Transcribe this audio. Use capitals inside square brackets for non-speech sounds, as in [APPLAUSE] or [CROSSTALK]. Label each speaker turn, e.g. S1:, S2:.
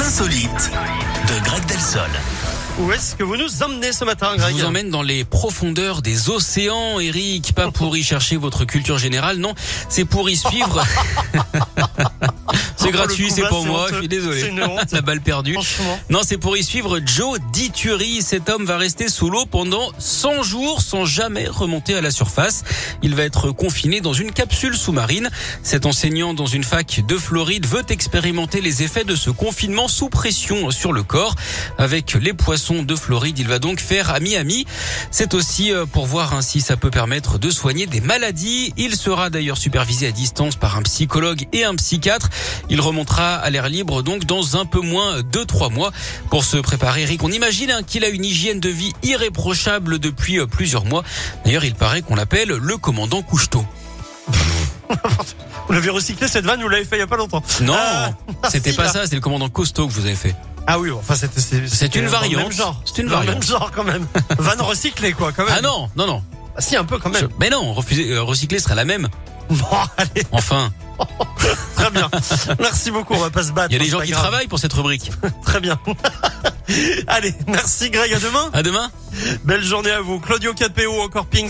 S1: insolite de Greg Delsol.
S2: Où est-ce que vous nous emmenez ce matin, Greg
S3: Je vous emmène dans les profondeurs des océans, Eric. Pas pour y chercher votre culture générale, non. C'est pour y
S2: [LAUGHS]
S3: suivre. c'est
S2: Pour le
S3: gratuit,
S2: coup,
S3: c'est
S2: là,
S3: pour
S2: c'est
S3: moi.
S2: honteux.
S3: Je suis
S2: C'est
S3: désolé.
S2: une
S3: [LAUGHS]
S2: honte.
S3: La balle perdue.
S2: Franchement.
S3: Non, c'est pour y suivre Joe Dituri. Cet homme va rester sous l'eau pendant 100 jours sans jamais remonter à la surface. Il va être confiné dans une capsule sous-marine. Cet enseignant dans une fac de Floride veut expérimenter les effets de ce confinement sous pression sur le corps. Avec les poissons de Floride, il va donc faire ami-ami. C'est aussi euh, pour voir hein, si ça peut permettre de soigner des maladies. Il sera d'ailleurs supervisé à distance par un psychologue et un psychiatre. Il remontera à l'air libre donc dans un peu moins de trois mois. Pour se préparer, Eric, on imagine hein, qu'il a une hygiène de vie irréprochable depuis euh, plusieurs mois. D'ailleurs, il paraît qu'on l'appelle le commandant Couchetot.
S2: Vous l'avez recyclé cette vanne, vous l'avez fait il y a pas longtemps.
S3: Non,
S2: Ah,
S3: c'était
S2: si,
S3: pas
S2: là.
S3: ça, c'est le commandant Costaud que vous avez fait.
S2: Ah oui, bon, enfin c'était.
S3: C'est
S2: c'était
S3: une
S2: dans
S3: variante.
S2: le Même genre.
S3: C'est une
S2: Dans le
S3: variante.
S2: Même genre quand même. [LAUGHS] Vanne recyclée quoi, quand même.
S3: Ah non, non, non.
S2: Ah, Si un peu quand même.
S3: Je- Mais non, refuser, euh, recycler serait la
S2: [LAUGHS]
S3: même.
S2: Bon, allez,
S3: Enfin,
S2: très bien. Merci beaucoup. On va pas se battre.
S3: il y a des
S2: c'est
S3: gens
S2: pas
S3: qui
S2: grave.
S3: travaillent pour cette rubrique.
S2: Très bien. [LAUGHS] allez, merci Greg. À demain.
S3: À demain.
S2: Belle journée à vous. Claudio Capéo encore ping.